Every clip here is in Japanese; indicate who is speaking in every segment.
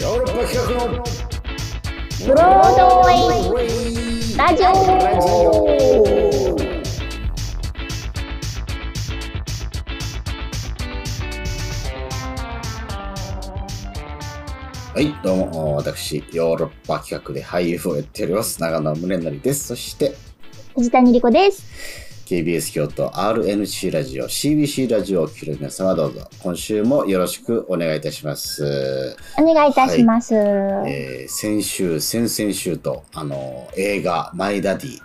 Speaker 1: ヨーロッパ企画の
Speaker 2: ブロードウェイ
Speaker 1: ウェイ
Speaker 2: ラジオ
Speaker 1: はい、どうも、私、ヨーロッパ企画で俳優をやっております、長野宗則です。そして、
Speaker 2: 藤谷莉子です。
Speaker 1: KBS 京都 RNC ラジオ CBC ラジオを聴る皆様どうぞ今週もよろしくお願いいたします、
Speaker 2: お願いいたします。
Speaker 1: えー先週先々週とあの映画「マイ・ダディ」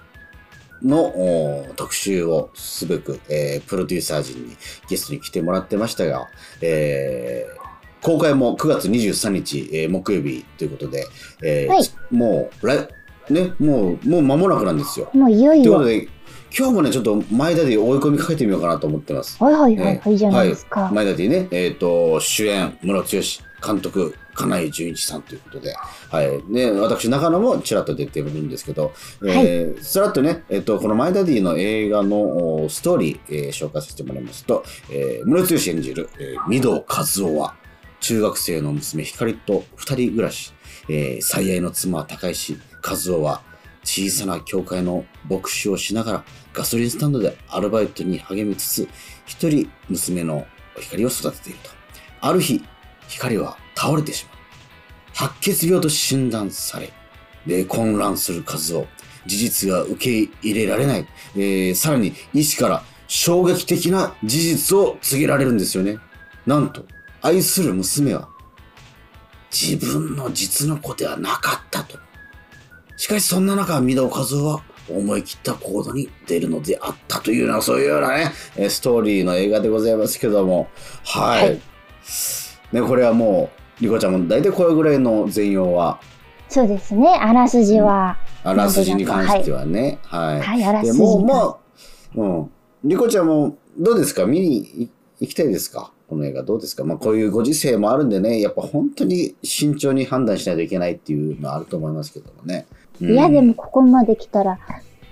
Speaker 1: のおー特集をすべく、えープロデューサー陣にゲストに来てもらってましたが、えー公開も9月23日、えー木曜日ということで、えー
Speaker 2: はい
Speaker 1: もう来ねもうもう間もなくなんですよ
Speaker 2: もういよい
Speaker 1: というこ
Speaker 2: よ
Speaker 1: と。で、今日もね、ちょっと前田で追い込みかけてみようかなと思ってます。
Speaker 2: はいはいはい
Speaker 1: え
Speaker 2: はい、いいじゃないですか。
Speaker 1: 前田でね、えっ、と、主演、室ロツヨシ、監督、金井純一さんということで、はい。ね、私、中野もちらっと出てるんですけど、えーさらっとね、えっ、と、このマイダディの映画のおストーリー、えー紹介させてもらいますと、えー、室ロツヨシ演じる、えー、御堂和夫は、中学生の娘、光と二人暮らし、えー最愛の妻、高石和夫は、小さな教会の牧師をしながらガソリンスタンドでアルバイトに励みつつ一人娘の光を育てているとある日光は倒れてしまう白血病と診断されで混乱する数を事実が受け入れられない、えーさらに医師から衝撃的な事実を告げられるんですよねなんと愛する娘は自分の実の子ではなかったとしかしそんな中、御堂和夫は思い切った行動に出るのであったというような、そういうようなね、えーストーリーの映画でございますけども、はい。
Speaker 2: はい
Speaker 1: ね、これはもう、リコちゃんも大体これぐらいの全容は、
Speaker 2: そうですね、あらすじは。
Speaker 1: あらすじに関してはね、はい。
Speaker 2: はい、あらす
Speaker 1: で
Speaker 2: じ
Speaker 1: もう、
Speaker 2: に関。
Speaker 1: まあ、うん。リコちゃんも、どうですか見に行きたいですかこの映画どうですかまあ、こういうご時世もあるんでね、やっぱ本当に慎重に判断しないといけないっていうのはあると思いますけどもね。うん
Speaker 2: いや、でも、ここまで来たら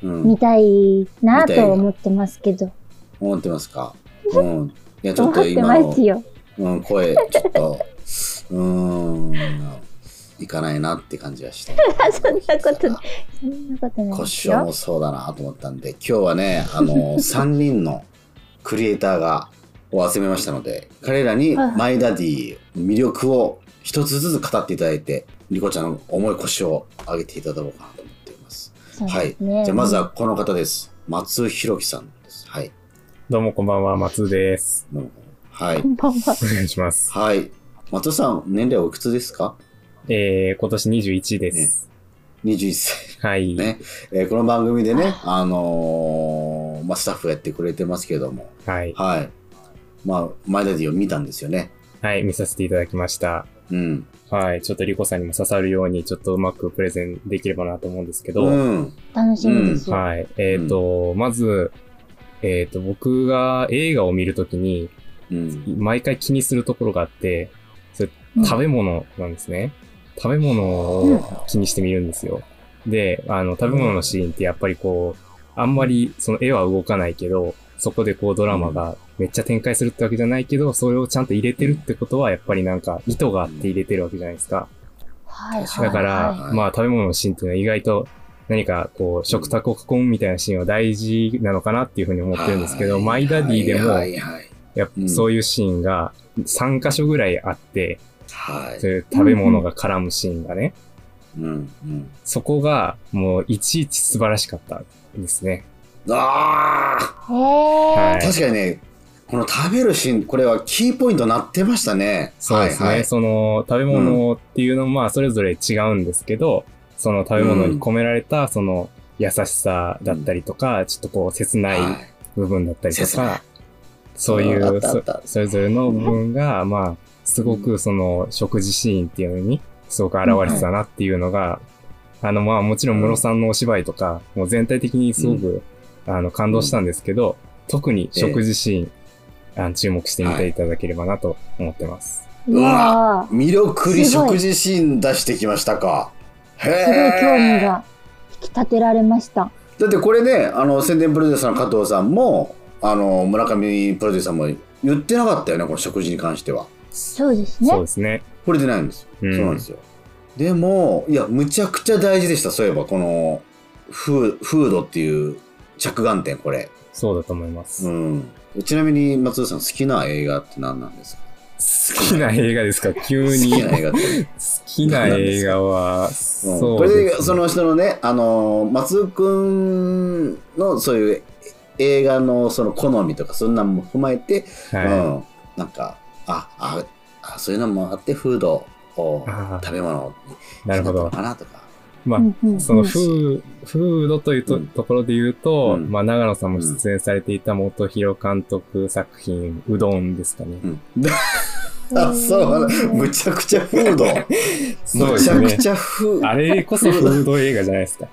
Speaker 1: うん
Speaker 2: 見たいなと思ってますけど。
Speaker 1: 思ってますか。うん。いや、ちょ
Speaker 2: 思
Speaker 1: っ
Speaker 2: っ
Speaker 1: と
Speaker 2: て
Speaker 1: 今
Speaker 2: ま
Speaker 1: の
Speaker 2: す、よ。
Speaker 1: うん、声、ちょっと、うーん、いかないなって感じはして。
Speaker 2: そんなことなそんなことない
Speaker 1: 故
Speaker 2: です
Speaker 1: 障
Speaker 2: よ。
Speaker 1: もそうだなと思ったんで、今日はね、あ の、3人のクリエイターが、を集めましたので、彼らに
Speaker 2: はい
Speaker 1: マイダディの魅力を一つずつ語っていただいて、リコちゃんの重い腰を上げていただこうかなと思っています。
Speaker 2: そう
Speaker 1: は
Speaker 2: で
Speaker 1: い。
Speaker 2: す
Speaker 1: じ
Speaker 2: ね
Speaker 1: ゃあまずはこの方です。松弘樹さんです。はい。
Speaker 3: どうもこんばんは、松です。
Speaker 1: どうもはい
Speaker 2: こ。んばんは。
Speaker 3: お願いします。
Speaker 1: はい。松尾さん、年齢はおいくつですか
Speaker 3: えー、今年21です。
Speaker 1: ?21 歳。
Speaker 3: はい。
Speaker 1: ねえーこの番組でね、あのーまあ、スタッフがやってくれてますけども、
Speaker 3: はい。
Speaker 1: はい。まあ、マイダディを見たんですよね。
Speaker 3: はい、見させていただきました。
Speaker 1: うん。
Speaker 3: はい。ちょっとリコさんにも刺さるように、ちょっとうまくプレゼンできればなと思うんですけど、
Speaker 1: うん。
Speaker 2: 楽しみですよ。
Speaker 3: はい。えっ、と、まず、えっ、と、僕が映画を見るときに、
Speaker 1: うん。
Speaker 3: 毎回気にするところがあって、
Speaker 2: うん
Speaker 3: 食べ物なんですね。食べ物
Speaker 2: う
Speaker 3: を気にしてみるんですよ。で、あの、食べ物のシーンってやっぱりこう、あんまりその絵は動かないけど、そこでこうドラマがめっちゃ展開するってわけじゃないけど、それをちゃんと入れてるってことはやっぱりなんか意図があって入れてるわけじゃないですか。
Speaker 2: はいはいはい。
Speaker 3: だから、
Speaker 1: はい
Speaker 3: まあ食べ物のシーンっていうのは意外と何かこう食卓を囲むみたいなシーンは大事なのかなっていうふうに思ってるんですけど、
Speaker 1: はい
Speaker 3: マイダディでも、
Speaker 1: はいはい。
Speaker 3: やっぱ
Speaker 1: うん
Speaker 3: そういうシーンが3箇所ぐらいあって、
Speaker 1: はい
Speaker 3: そういう食べ物が絡むシーンがね、
Speaker 1: うん。うん。
Speaker 3: そこがもういちいち素晴らしかったですね。
Speaker 1: ああ
Speaker 2: へー
Speaker 3: はい
Speaker 1: 確かにね、この食べるシーン、これはキーポイントなってましたね。
Speaker 3: そうですね。
Speaker 1: はいはい
Speaker 3: その食べ物っていうのもまあそれぞれ違うんですけど、その食べ物に込められたその優しさだったりとか、ちょっとこう切ない
Speaker 1: は
Speaker 3: 部分だったりと
Speaker 1: 切な
Speaker 3: か、そうい
Speaker 1: あっ
Speaker 3: う
Speaker 1: たあっ
Speaker 3: そ
Speaker 1: た
Speaker 3: それぞれの部分が、まあ、すごくその食事シーンっていうのに、すごく現れてたなっていうのが、あの、まあもちろん室さんのお芝居とか、もう全体的にすごく、あの、感動したんですけど、特に食事シーン、あの注目してみていただければなと思ってます。
Speaker 2: うわ
Speaker 1: 魅力に
Speaker 2: すごい
Speaker 1: 食事シーン出してきましたか。へ
Speaker 2: ー
Speaker 1: え。
Speaker 2: すごい興味が引き立てられました。
Speaker 1: だってこれねあの宣伝プロデューサーの加藤さんもあの村上プロデューサーも言ってなかったよねこの食事に関しては
Speaker 2: そうですね
Speaker 3: そう。ですね。
Speaker 1: これでないんですよ。
Speaker 3: うん
Speaker 1: そうなんですよ。でも、いや、むちゃくちゃ大事でした。そういえば、この、フーフードっていう着眼点、これ。
Speaker 3: そうだと思います。
Speaker 1: う
Speaker 3: 好
Speaker 1: ん。ちなみに、松田さん、好きな映画って何なんですか
Speaker 3: きな映画で すか急
Speaker 1: 好
Speaker 3: に。
Speaker 1: きな映画って。
Speaker 3: 好きな映画
Speaker 1: う
Speaker 3: は、
Speaker 1: ん
Speaker 3: そ
Speaker 1: こ
Speaker 3: う
Speaker 1: れ
Speaker 3: です
Speaker 1: で、その人のね、あの、松尾くんの、そういう映画の、その、好みとか、そんなんも踏まえて、
Speaker 3: は
Speaker 1: うん、なんかあああそういうのもあってフードを
Speaker 3: あー
Speaker 1: 食べ物に
Speaker 3: い。なるほ
Speaker 1: な
Speaker 3: ど
Speaker 1: ったの。かなとか
Speaker 3: まあ、そのフー、フードというと,、
Speaker 1: うん
Speaker 3: ところで言うと、
Speaker 1: うん
Speaker 3: まあ、長野さんも出演されていた元弘監督作品、うどんですかね。
Speaker 1: うんあ そうむちゃくちゃフード
Speaker 3: そう
Speaker 1: む
Speaker 3: で
Speaker 1: ち
Speaker 3: す
Speaker 1: ゃく
Speaker 3: ね。
Speaker 1: ちゃフード
Speaker 3: あれこそフード映画じゃないですか。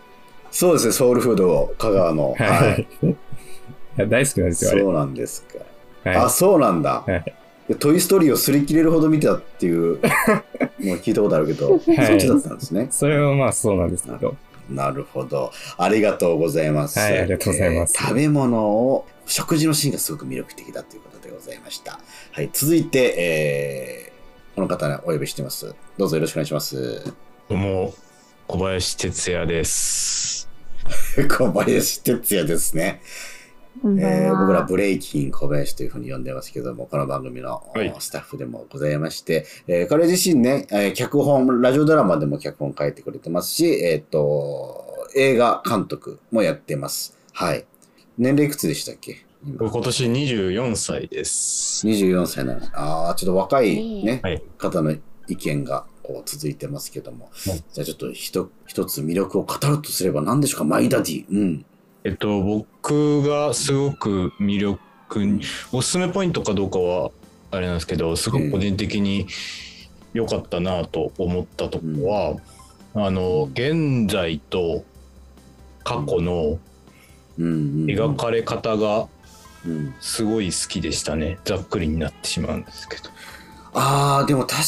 Speaker 1: そうですねソウルフードを香川の
Speaker 3: は
Speaker 1: はい
Speaker 3: い。いや大好きなんですよ、あれ。
Speaker 1: そうなんですかあ
Speaker 3: は
Speaker 1: そうなんだ
Speaker 3: はい
Speaker 1: でトイ・ストーリーを擦り切れるほど見てたっていうもう聞いたことあるけど、
Speaker 3: い
Speaker 1: そっちだったんですね
Speaker 3: い。それはまあそうなんですけど。
Speaker 1: なるほどありがとうございます
Speaker 3: はいありがとうございます
Speaker 1: 食べ物を食事のシーンがすごく魅力的だということでございました。はい、続いて、えー、この方、お呼びしてます。どうぞよろしくお願いします。
Speaker 4: どうも、小林哲也です。
Speaker 1: 小林哲也ですね。
Speaker 2: こんばん
Speaker 1: えー
Speaker 2: は
Speaker 1: 僕らブレイキン小林というふうに呼んでますけども、この番組の、
Speaker 4: はい
Speaker 1: スタッフでもございまして、えー彼自身ね、えー脚本、ラジオドラマでも脚本書いてくれてますし、えーっ、と、映画監督もやってます。はい。年齢いくつでしたっけ今
Speaker 4: 僕今年24歳です。
Speaker 1: 24歳なのああ、ちょっと若い、ね
Speaker 4: はい
Speaker 1: 方の意見がこう続いてますけども、
Speaker 4: はい
Speaker 1: じゃあちょっとひと一つ魅力を語るとすれば何でしょうか、マイダディ。うん。
Speaker 4: えっと、僕がすごく魅力に、おすすめポイントかどうかは、あれなんですけど、すごく個人的に良かったなと思ったとこは、あの、現在と過去の
Speaker 1: うんうん、うん。
Speaker 4: 描かれ方が
Speaker 1: うん
Speaker 4: すごい好きでしたね。ざっくりになってしまうんですけど。
Speaker 1: ああ、でも確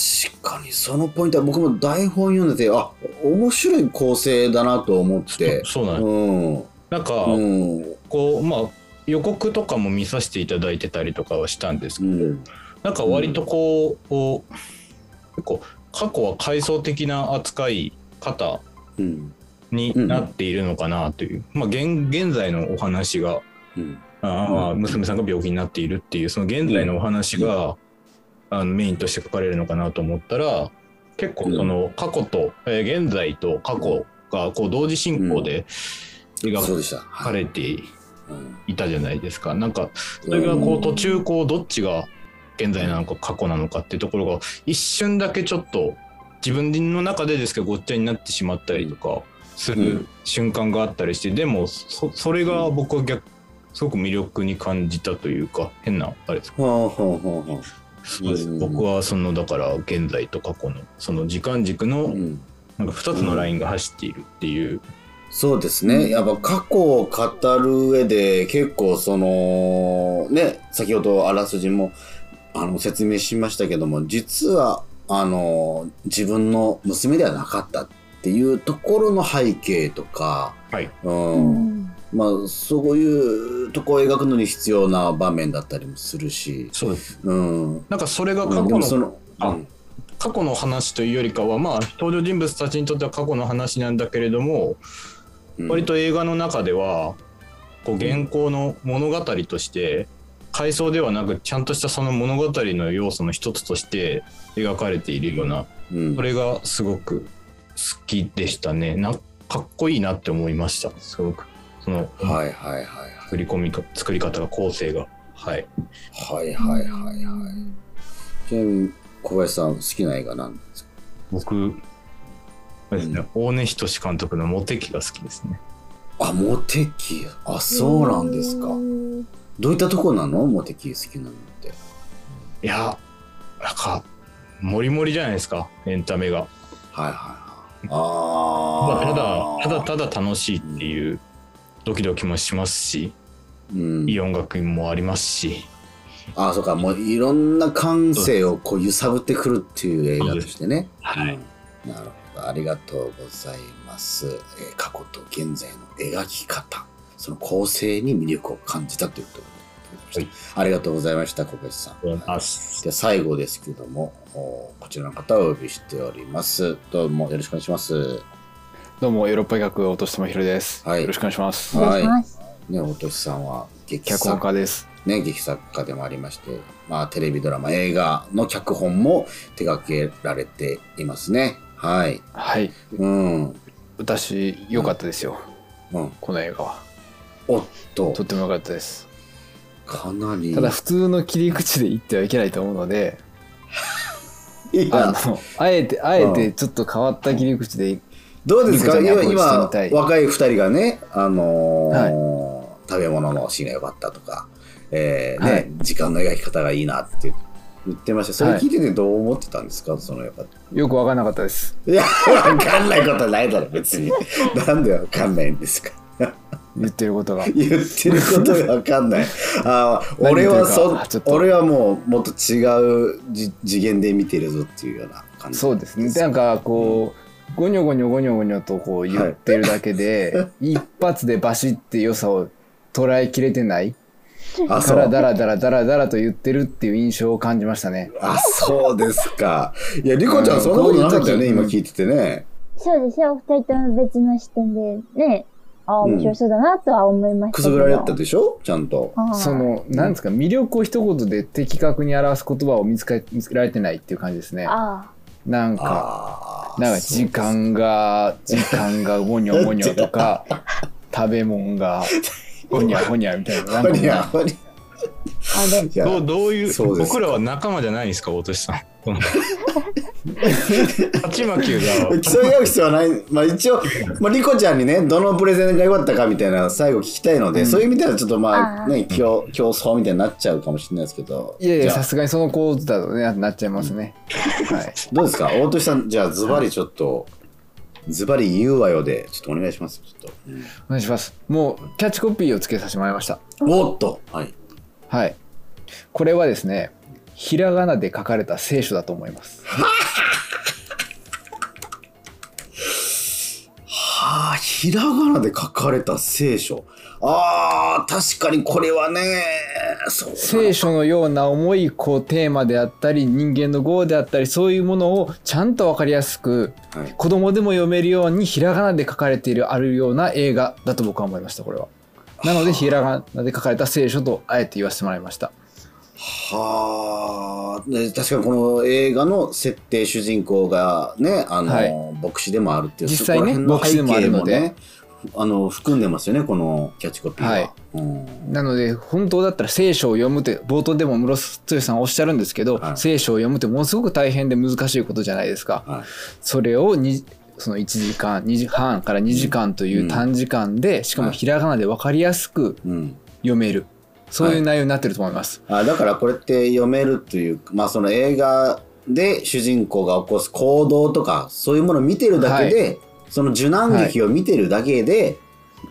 Speaker 1: かにそのポイントは僕も台本読んでて、あ、面白い構成だなと思って。
Speaker 4: そうなん
Speaker 1: う
Speaker 4: で
Speaker 1: ん。
Speaker 4: す。なんか、
Speaker 1: うん。
Speaker 4: こうまあ予告とかも見させていただいてたりとかはしたんです
Speaker 1: う
Speaker 4: けど、
Speaker 1: ん。
Speaker 4: なんか割とこう,、こう結構過去は階層的な扱い方
Speaker 1: うん。
Speaker 4: になっているのかなという、まあ現現在のお話が
Speaker 1: うん。
Speaker 4: あーまあ娘さんが病気になっているっていうその現在のお話が、あのメインとして書かれるのかなと思ったら結構その過去と、えー現在と過去がこう同時進行で
Speaker 1: そう
Speaker 4: 描
Speaker 1: でした。
Speaker 4: か
Speaker 1: はい。
Speaker 4: れて
Speaker 1: うん
Speaker 4: いたじゃないですか。なんかそれがこう途中こうどっちが現在なのか過去なのかっていうところが一瞬だけちょっと自分の中でですけどごっちゃになってしまったりとかす
Speaker 1: う
Speaker 4: る
Speaker 1: ん
Speaker 4: 瞬間があったりしてでもそそれが僕は逆すごく魅力に感じたというか変なあれです
Speaker 1: ほうほうほうほ
Speaker 4: そうです
Speaker 1: うん
Speaker 4: 僕はそのだから現在と過去のその時間軸
Speaker 1: う。う
Speaker 4: の
Speaker 1: ん。
Speaker 4: なんか2つのラインが走っているっていう
Speaker 1: そうですね。やっぱ過去を語る上で結構その、ね、先ほどあらすじもあの説明しましたけども、実はあの、自分の娘ではなかったっていうところの背景とか、
Speaker 4: はい
Speaker 1: うん。まあ、そういうとこを描くのに必要な場面だったりもするし、
Speaker 4: そうです
Speaker 1: うん。
Speaker 4: なんかそれが過
Speaker 1: うん
Speaker 4: 去
Speaker 1: でも
Speaker 4: の
Speaker 1: その、
Speaker 4: あ
Speaker 1: うん
Speaker 4: 過去の話というよりかはまあ登場人物たちにとっては過去の話なんだけれども、
Speaker 1: うん
Speaker 4: 割と映画の中ではこう現行の物語として回想ではなくちゃんとしたその物語の要素の一つとして描かれているような
Speaker 1: うん
Speaker 4: それがすごく好きでしたねなかっこいいなって思いましたすごくその
Speaker 1: はいはいはいはい。
Speaker 4: 作り込みか作り方が構成がはい
Speaker 1: はいはいはいはい。ちなみに小林さん好きな映画なんですか
Speaker 4: 僕あれですね
Speaker 1: うん
Speaker 4: 大根仁志監督の「モテキ」が好きですね
Speaker 1: あ、モテキ。あ、そうなんですか。どういったとこなのモテキ好きなのって。
Speaker 4: いや、なんか、もりもりじゃないですか、エンタメ
Speaker 1: はい
Speaker 4: が。
Speaker 1: は いはい。あ
Speaker 4: た
Speaker 1: あ。
Speaker 4: だ、ただただ楽しいっていう、ドキドキもしますし、
Speaker 1: うん
Speaker 4: いい音楽もありますし、
Speaker 1: あそうか。もういろんな感性をこう揺さぶってくるっていう映画としてね。
Speaker 4: は
Speaker 1: う
Speaker 4: い。
Speaker 1: んなるほど。ありがとうございます。えー過去と現在の描き方、その構成に魅力を感じたということでございました。ありがとうございました、小林さん。
Speaker 4: 思います。
Speaker 1: で最後ですけども、おこちらの方をお呼びしております。どうもよろしくお願いします。
Speaker 5: どうも、ヨーロッパ医学落としまひろです。
Speaker 1: はい
Speaker 5: よろしくお願いします
Speaker 2: お。願いします。
Speaker 1: ね、おとしさんは劇
Speaker 5: 脚本
Speaker 1: 作,、
Speaker 5: 家です。
Speaker 1: ね、劇作家でもありまして、まあ、テレビドラマ、映画の脚本も手掛けられていますね。はい。
Speaker 5: はい。
Speaker 1: うん。
Speaker 5: 私、良かったですよ。
Speaker 1: うん、
Speaker 5: この映画は。
Speaker 1: おっと
Speaker 5: と、っても良かったです。
Speaker 1: かなり。
Speaker 5: ただ、普通の切り口で言ってはいけないと思うので、
Speaker 1: い
Speaker 5: あ
Speaker 1: や
Speaker 5: の、あえて、あえ
Speaker 1: う
Speaker 5: て、
Speaker 1: ん
Speaker 5: ちょっと変わった切り口で、
Speaker 1: どうですか
Speaker 5: ニコちゃんに
Speaker 1: 今
Speaker 5: アプローチしてみたい
Speaker 1: 今若い二人がね、あのー食べ物のシーンが良かったとか、えーね
Speaker 5: はい
Speaker 1: 時間の描き方がいいなって言ってましたそれ
Speaker 5: はい
Speaker 1: 聞いててどう思ってたんですか、そのやっぱ
Speaker 5: よくわからなかったです。
Speaker 1: いや分かんないことないだろ別 になんで分かんないんですか
Speaker 5: 言ってることが。
Speaker 1: 言ってることが分かん ないあー
Speaker 5: 何
Speaker 1: 俺
Speaker 5: 言って
Speaker 1: は
Speaker 5: るか
Speaker 1: そ
Speaker 5: ちょっと
Speaker 1: 俺はもうもっと違うじ次元で見てるぞっていうような感じ
Speaker 5: そうですね。なんか、こう、ゴニョゴニョゴニョゴニョとこう言ってるだ けで、一発でバシって良さを捉えきれてない。
Speaker 1: あ
Speaker 5: か
Speaker 1: そ
Speaker 5: ら
Speaker 1: う
Speaker 5: だらだらだらだらと言ってるっていう印象を感じましたね。
Speaker 1: あそうですかいやリコちゃ
Speaker 5: うんん
Speaker 1: そんなことなかったよね
Speaker 5: こういう
Speaker 1: 今
Speaker 5: 時
Speaker 1: 聞いててね
Speaker 2: そうですね。お二人とも別の視点でね、あ面白そうだなとは思いました
Speaker 1: く
Speaker 2: け
Speaker 1: す
Speaker 2: ど。
Speaker 1: ぐられたでしょちゃんと。
Speaker 2: はい
Speaker 5: その、なんですか、魅力を一言で的確に表す言葉を見つけ見つけられてないっていう感じですね。
Speaker 2: あ
Speaker 5: なんか、
Speaker 1: あー
Speaker 5: なんか時間が、時間がゴニョゴニョ とか、食べ物がゴニャゴニャみたいな。なん
Speaker 1: そうで
Speaker 5: か
Speaker 1: す
Speaker 5: もう
Speaker 1: いやっぱり
Speaker 2: あ、あれ。
Speaker 1: いや
Speaker 4: どうどういう
Speaker 1: そうですか
Speaker 4: 僕らは仲間じゃないんですか落としさ ん。この鉢巻きが
Speaker 1: 競い合う必要はない、まあ、一応、まあ、リコちゃんにねどのプレゼンが良かったかみたいな最後聞きたいので、
Speaker 5: うん
Speaker 1: そういう意味ではちょっとまあ
Speaker 2: あー
Speaker 1: ね競競争みたいになっちゃうかもしれないですけど
Speaker 5: いやいや、
Speaker 1: じゃ
Speaker 5: さ
Speaker 1: あ
Speaker 5: すがにその構図だとね、なっちゃいますね。はい。
Speaker 1: どうですか大俊さんじゃあズバリちょっと、ズバリ言うわよでちょっとお願いしますちょっと、
Speaker 5: お願いします。もう、キャッチコピーをつけさせてもらいました。
Speaker 1: おっとはい
Speaker 5: はい。これはですね、ひらがなで書かれた聖書だと思います。
Speaker 1: はあ、ひらがなで書かれた聖書。ああ、確かにこれはね、そうだ
Speaker 5: 聖書のような重いこうテーマであったり人間の業であったりそういうものをちゃんと分かりやすく
Speaker 1: はい
Speaker 5: 子供でも読めるようにひらがなで書かれているあるような映画だと僕は思いましたこれは。なのでひらがなで書かれた聖書とあえて言わせてもらいました。
Speaker 1: はあ、ね確かにこの映画の設定主人公がね、あの、
Speaker 5: はい
Speaker 1: 牧師でもあるっていう、
Speaker 5: 実際ね
Speaker 1: そこら辺の背景も
Speaker 5: 牧師でもある
Speaker 1: ね、あの含んでますよね、このキャッチコピーは。
Speaker 5: はい
Speaker 1: うん
Speaker 5: なので本当だったら聖書を読むって冒頭でも室剛さんおっしゃるんですけど、
Speaker 1: はい
Speaker 5: 聖書を読むってものすごく大変で難しいことじゃないですか。
Speaker 1: はい
Speaker 5: それをにその1時間2時半から2時間という短時間で、しかもひらがなで分かりやすく
Speaker 1: うん、
Speaker 5: 読めるそういう内容になってると思います、
Speaker 1: あだからこれって読めるというか、まあ、その映画で主人公が起こす行動とかそういうものを見てるだけで、その受難劇を見てるだけで、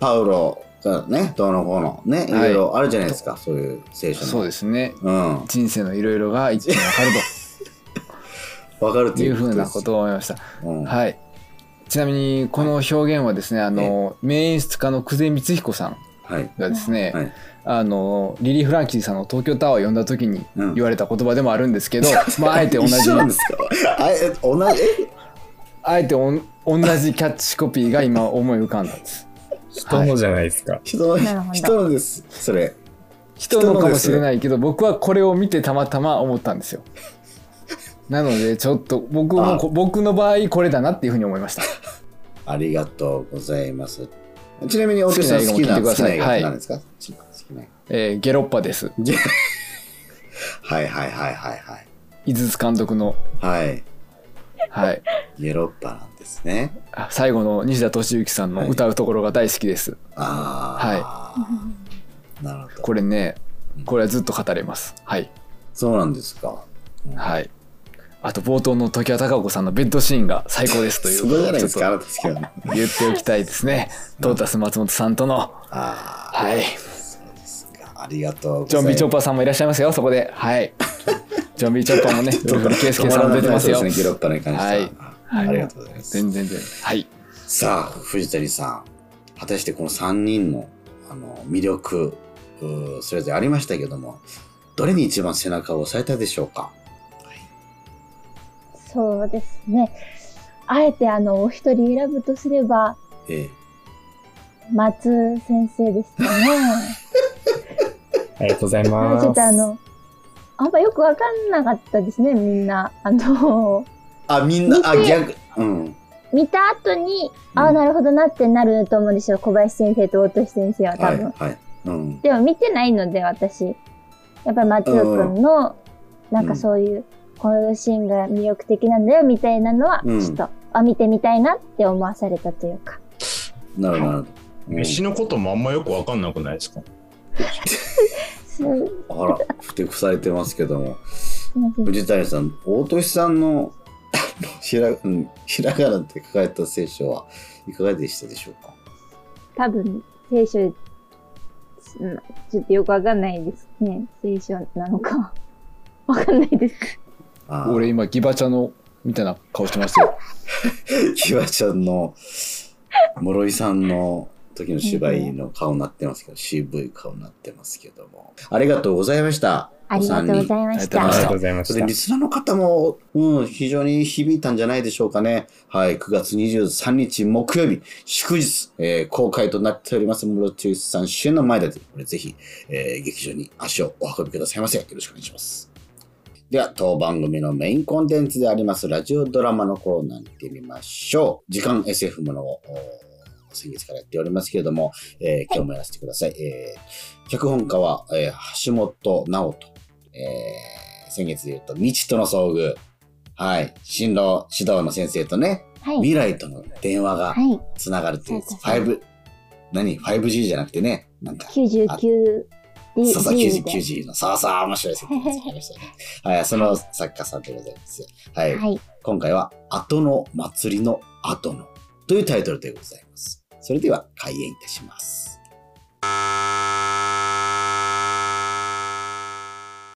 Speaker 1: パウロがねどうのこうのねい
Speaker 5: はい
Speaker 1: ろいろあるじゃないですか、そういう聖書の
Speaker 5: そうですね
Speaker 1: うん、
Speaker 5: 人生のいろいろが一気に分かる
Speaker 1: わかる
Speaker 5: と
Speaker 1: とい
Speaker 5: いうう
Speaker 1: こ
Speaker 5: ふ
Speaker 1: と
Speaker 5: う
Speaker 1: で
Speaker 5: な
Speaker 1: す
Speaker 5: ことを思いました
Speaker 1: うん
Speaker 5: はいちなみにこの表現はですねあの名演出家の久世光彦さん
Speaker 1: はい
Speaker 5: がですね、
Speaker 1: はい
Speaker 5: あのリリー・フランキーさんの「東京タワー」を読んだ時に
Speaker 1: うん
Speaker 5: 言われた言葉でもあるんです けど、まああえて同じ
Speaker 1: 一緒なんですかあえ同じえ
Speaker 5: あえておん同じキャッチコピーが今思い浮かんだんです
Speaker 3: 人のじゃないですか。
Speaker 1: 人の
Speaker 2: なるほど
Speaker 1: 人のですそれ
Speaker 5: 人のかもしれないけど僕はこれを見てたまたま思ったんですよなのでちょっと僕もこ僕の場合これだなっていうふうに思いました
Speaker 1: ありがとうございますちなみにお父
Speaker 5: き
Speaker 1: さ
Speaker 5: なん映画
Speaker 1: 好き
Speaker 5: も聞い
Speaker 1: な
Speaker 5: てく
Speaker 1: 好
Speaker 5: だ
Speaker 1: きな
Speaker 5: さ
Speaker 1: 映
Speaker 5: い
Speaker 1: 画って何ですか、ち好きな映
Speaker 5: えーゲロッパです
Speaker 1: 画はいはいはいはいはい
Speaker 5: 井筒監督の、
Speaker 1: はい。
Speaker 5: はい、
Speaker 1: ヨーロッパなんですね。
Speaker 5: あ最後の西田敏行さんの歌うところが大好きです、
Speaker 1: ああ。なるほど。
Speaker 5: これねこれはずっと語れますはい
Speaker 1: そうなんですか。
Speaker 5: はいあと冒頭の常盤貴子さんのベッドシーンが最高ですとい
Speaker 1: すごいじゃ
Speaker 5: う
Speaker 1: ない
Speaker 5: ちょ
Speaker 1: で
Speaker 5: っ
Speaker 1: すか、あ
Speaker 5: と
Speaker 1: なた好きなの。
Speaker 5: 言っておきたいですねトータス松本さんとの
Speaker 1: ああ。
Speaker 5: はい
Speaker 1: そうですか。ありがとうご
Speaker 5: ジ
Speaker 1: ざ
Speaker 5: ョ
Speaker 1: い
Speaker 5: ン
Speaker 1: ます。
Speaker 5: ビーチョッパーさんもいらっしゃいますよ、そこで。はい。ジョンビーチョッパーもね、 ロブリケイスケ
Speaker 1: 止ま
Speaker 5: さ
Speaker 1: ら
Speaker 5: ん
Speaker 1: な
Speaker 5: 出
Speaker 1: く
Speaker 5: て
Speaker 1: な
Speaker 5: ま
Speaker 1: り
Speaker 5: す
Speaker 1: そうで
Speaker 5: よ
Speaker 1: すね、。ギロッパに関しては。
Speaker 5: はい
Speaker 1: ありがとうございます。
Speaker 5: 全然全然。はい。
Speaker 1: さあ、藤谷さん、果たしてこの3人のあの魅力、うーそれぞれありましたけども、どれに一番背中を押されたでしょうか
Speaker 2: そうですね。あえてあの、お一人選ぶとすれば、
Speaker 1: え
Speaker 2: 松先生でしたね。
Speaker 3: ありがとうござい
Speaker 2: はい
Speaker 3: ま
Speaker 2: ちょっ
Speaker 3: す。
Speaker 2: と あの、あんまよくわかんなかったですね、みんな。あの、
Speaker 1: えあ、みんな、あ、
Speaker 2: 見て
Speaker 1: 逆、うん。
Speaker 2: 見た後に、あ
Speaker 1: う
Speaker 2: あ、
Speaker 1: ん
Speaker 2: なるほどなってなると思うんですよ。小林先生と大俊先生は多
Speaker 1: は
Speaker 2: 分。
Speaker 1: い、はい。うん。
Speaker 2: でも見てないので、私。やっぱり松尾くんの、なんかそういう、こういうシーンが魅力的なんだよ、みたいなのは、ち
Speaker 1: うん
Speaker 2: ょっと、あ、見てみたいなって思わされたというか。
Speaker 1: なるほど、なるほど。
Speaker 4: 飯のこともあんまよく分かんなくないですか
Speaker 2: すす
Speaker 1: うん、あら、ふてくされてますけども。
Speaker 2: いません。
Speaker 1: 藤谷さん、大俊さんの ひらうんひらがなって書かれた聖書はいかがでしたでしょうか
Speaker 2: 多分、聖書、うんちょっとよくわかんないですね。聖書なのか。 わかんないです。
Speaker 1: あー
Speaker 5: 俺今ギバチャのみたいな顔してましたよ。
Speaker 1: キワちゃんの室井さんの時の芝居の顔になってますけど渋い顔になってますけどもありがとうございました
Speaker 2: ありがとうご
Speaker 1: い
Speaker 2: ざいまし
Speaker 3: あ
Speaker 5: あり
Speaker 3: り
Speaker 5: が
Speaker 3: が
Speaker 2: た
Speaker 3: と。
Speaker 1: と
Speaker 3: う
Speaker 1: う
Speaker 3: ございま
Speaker 1: それ
Speaker 3: し
Speaker 1: で
Speaker 3: た
Speaker 1: リ。スナーの方も、うん、非常に響いたんじゃないでしょうかね。はい、9月23日木曜日、祝日、えー公開となっております、室中さん主演の前田で、これぜひ、えー劇場に足をお運びくださいませ。よろしくお願いします。では、当番組のメインコンテンツであります、ラジオドラマのコーナーに行ってみましょう。時間 SF ものを、お先月からやっておりますけれども、えー今日もやらせてください。えー脚本家は、えー橋本直人えー先月で言うと、未知との遭遇。はい。進路指導の先生とね、
Speaker 2: はい。
Speaker 1: 未来との電話が
Speaker 2: はい。
Speaker 1: つながるという、
Speaker 2: そうかそう
Speaker 1: 5、何 ?5G じゃなくてね、なんか、
Speaker 2: 99D。
Speaker 1: そうそう、
Speaker 2: G で
Speaker 1: 90G の、そうそう、面白い設定ですありましたね。 はい、その作家さんでございます。はい。
Speaker 2: はい。
Speaker 1: 今回は、後の祭りの後のというタイトルでございます。それでは、開演いたします。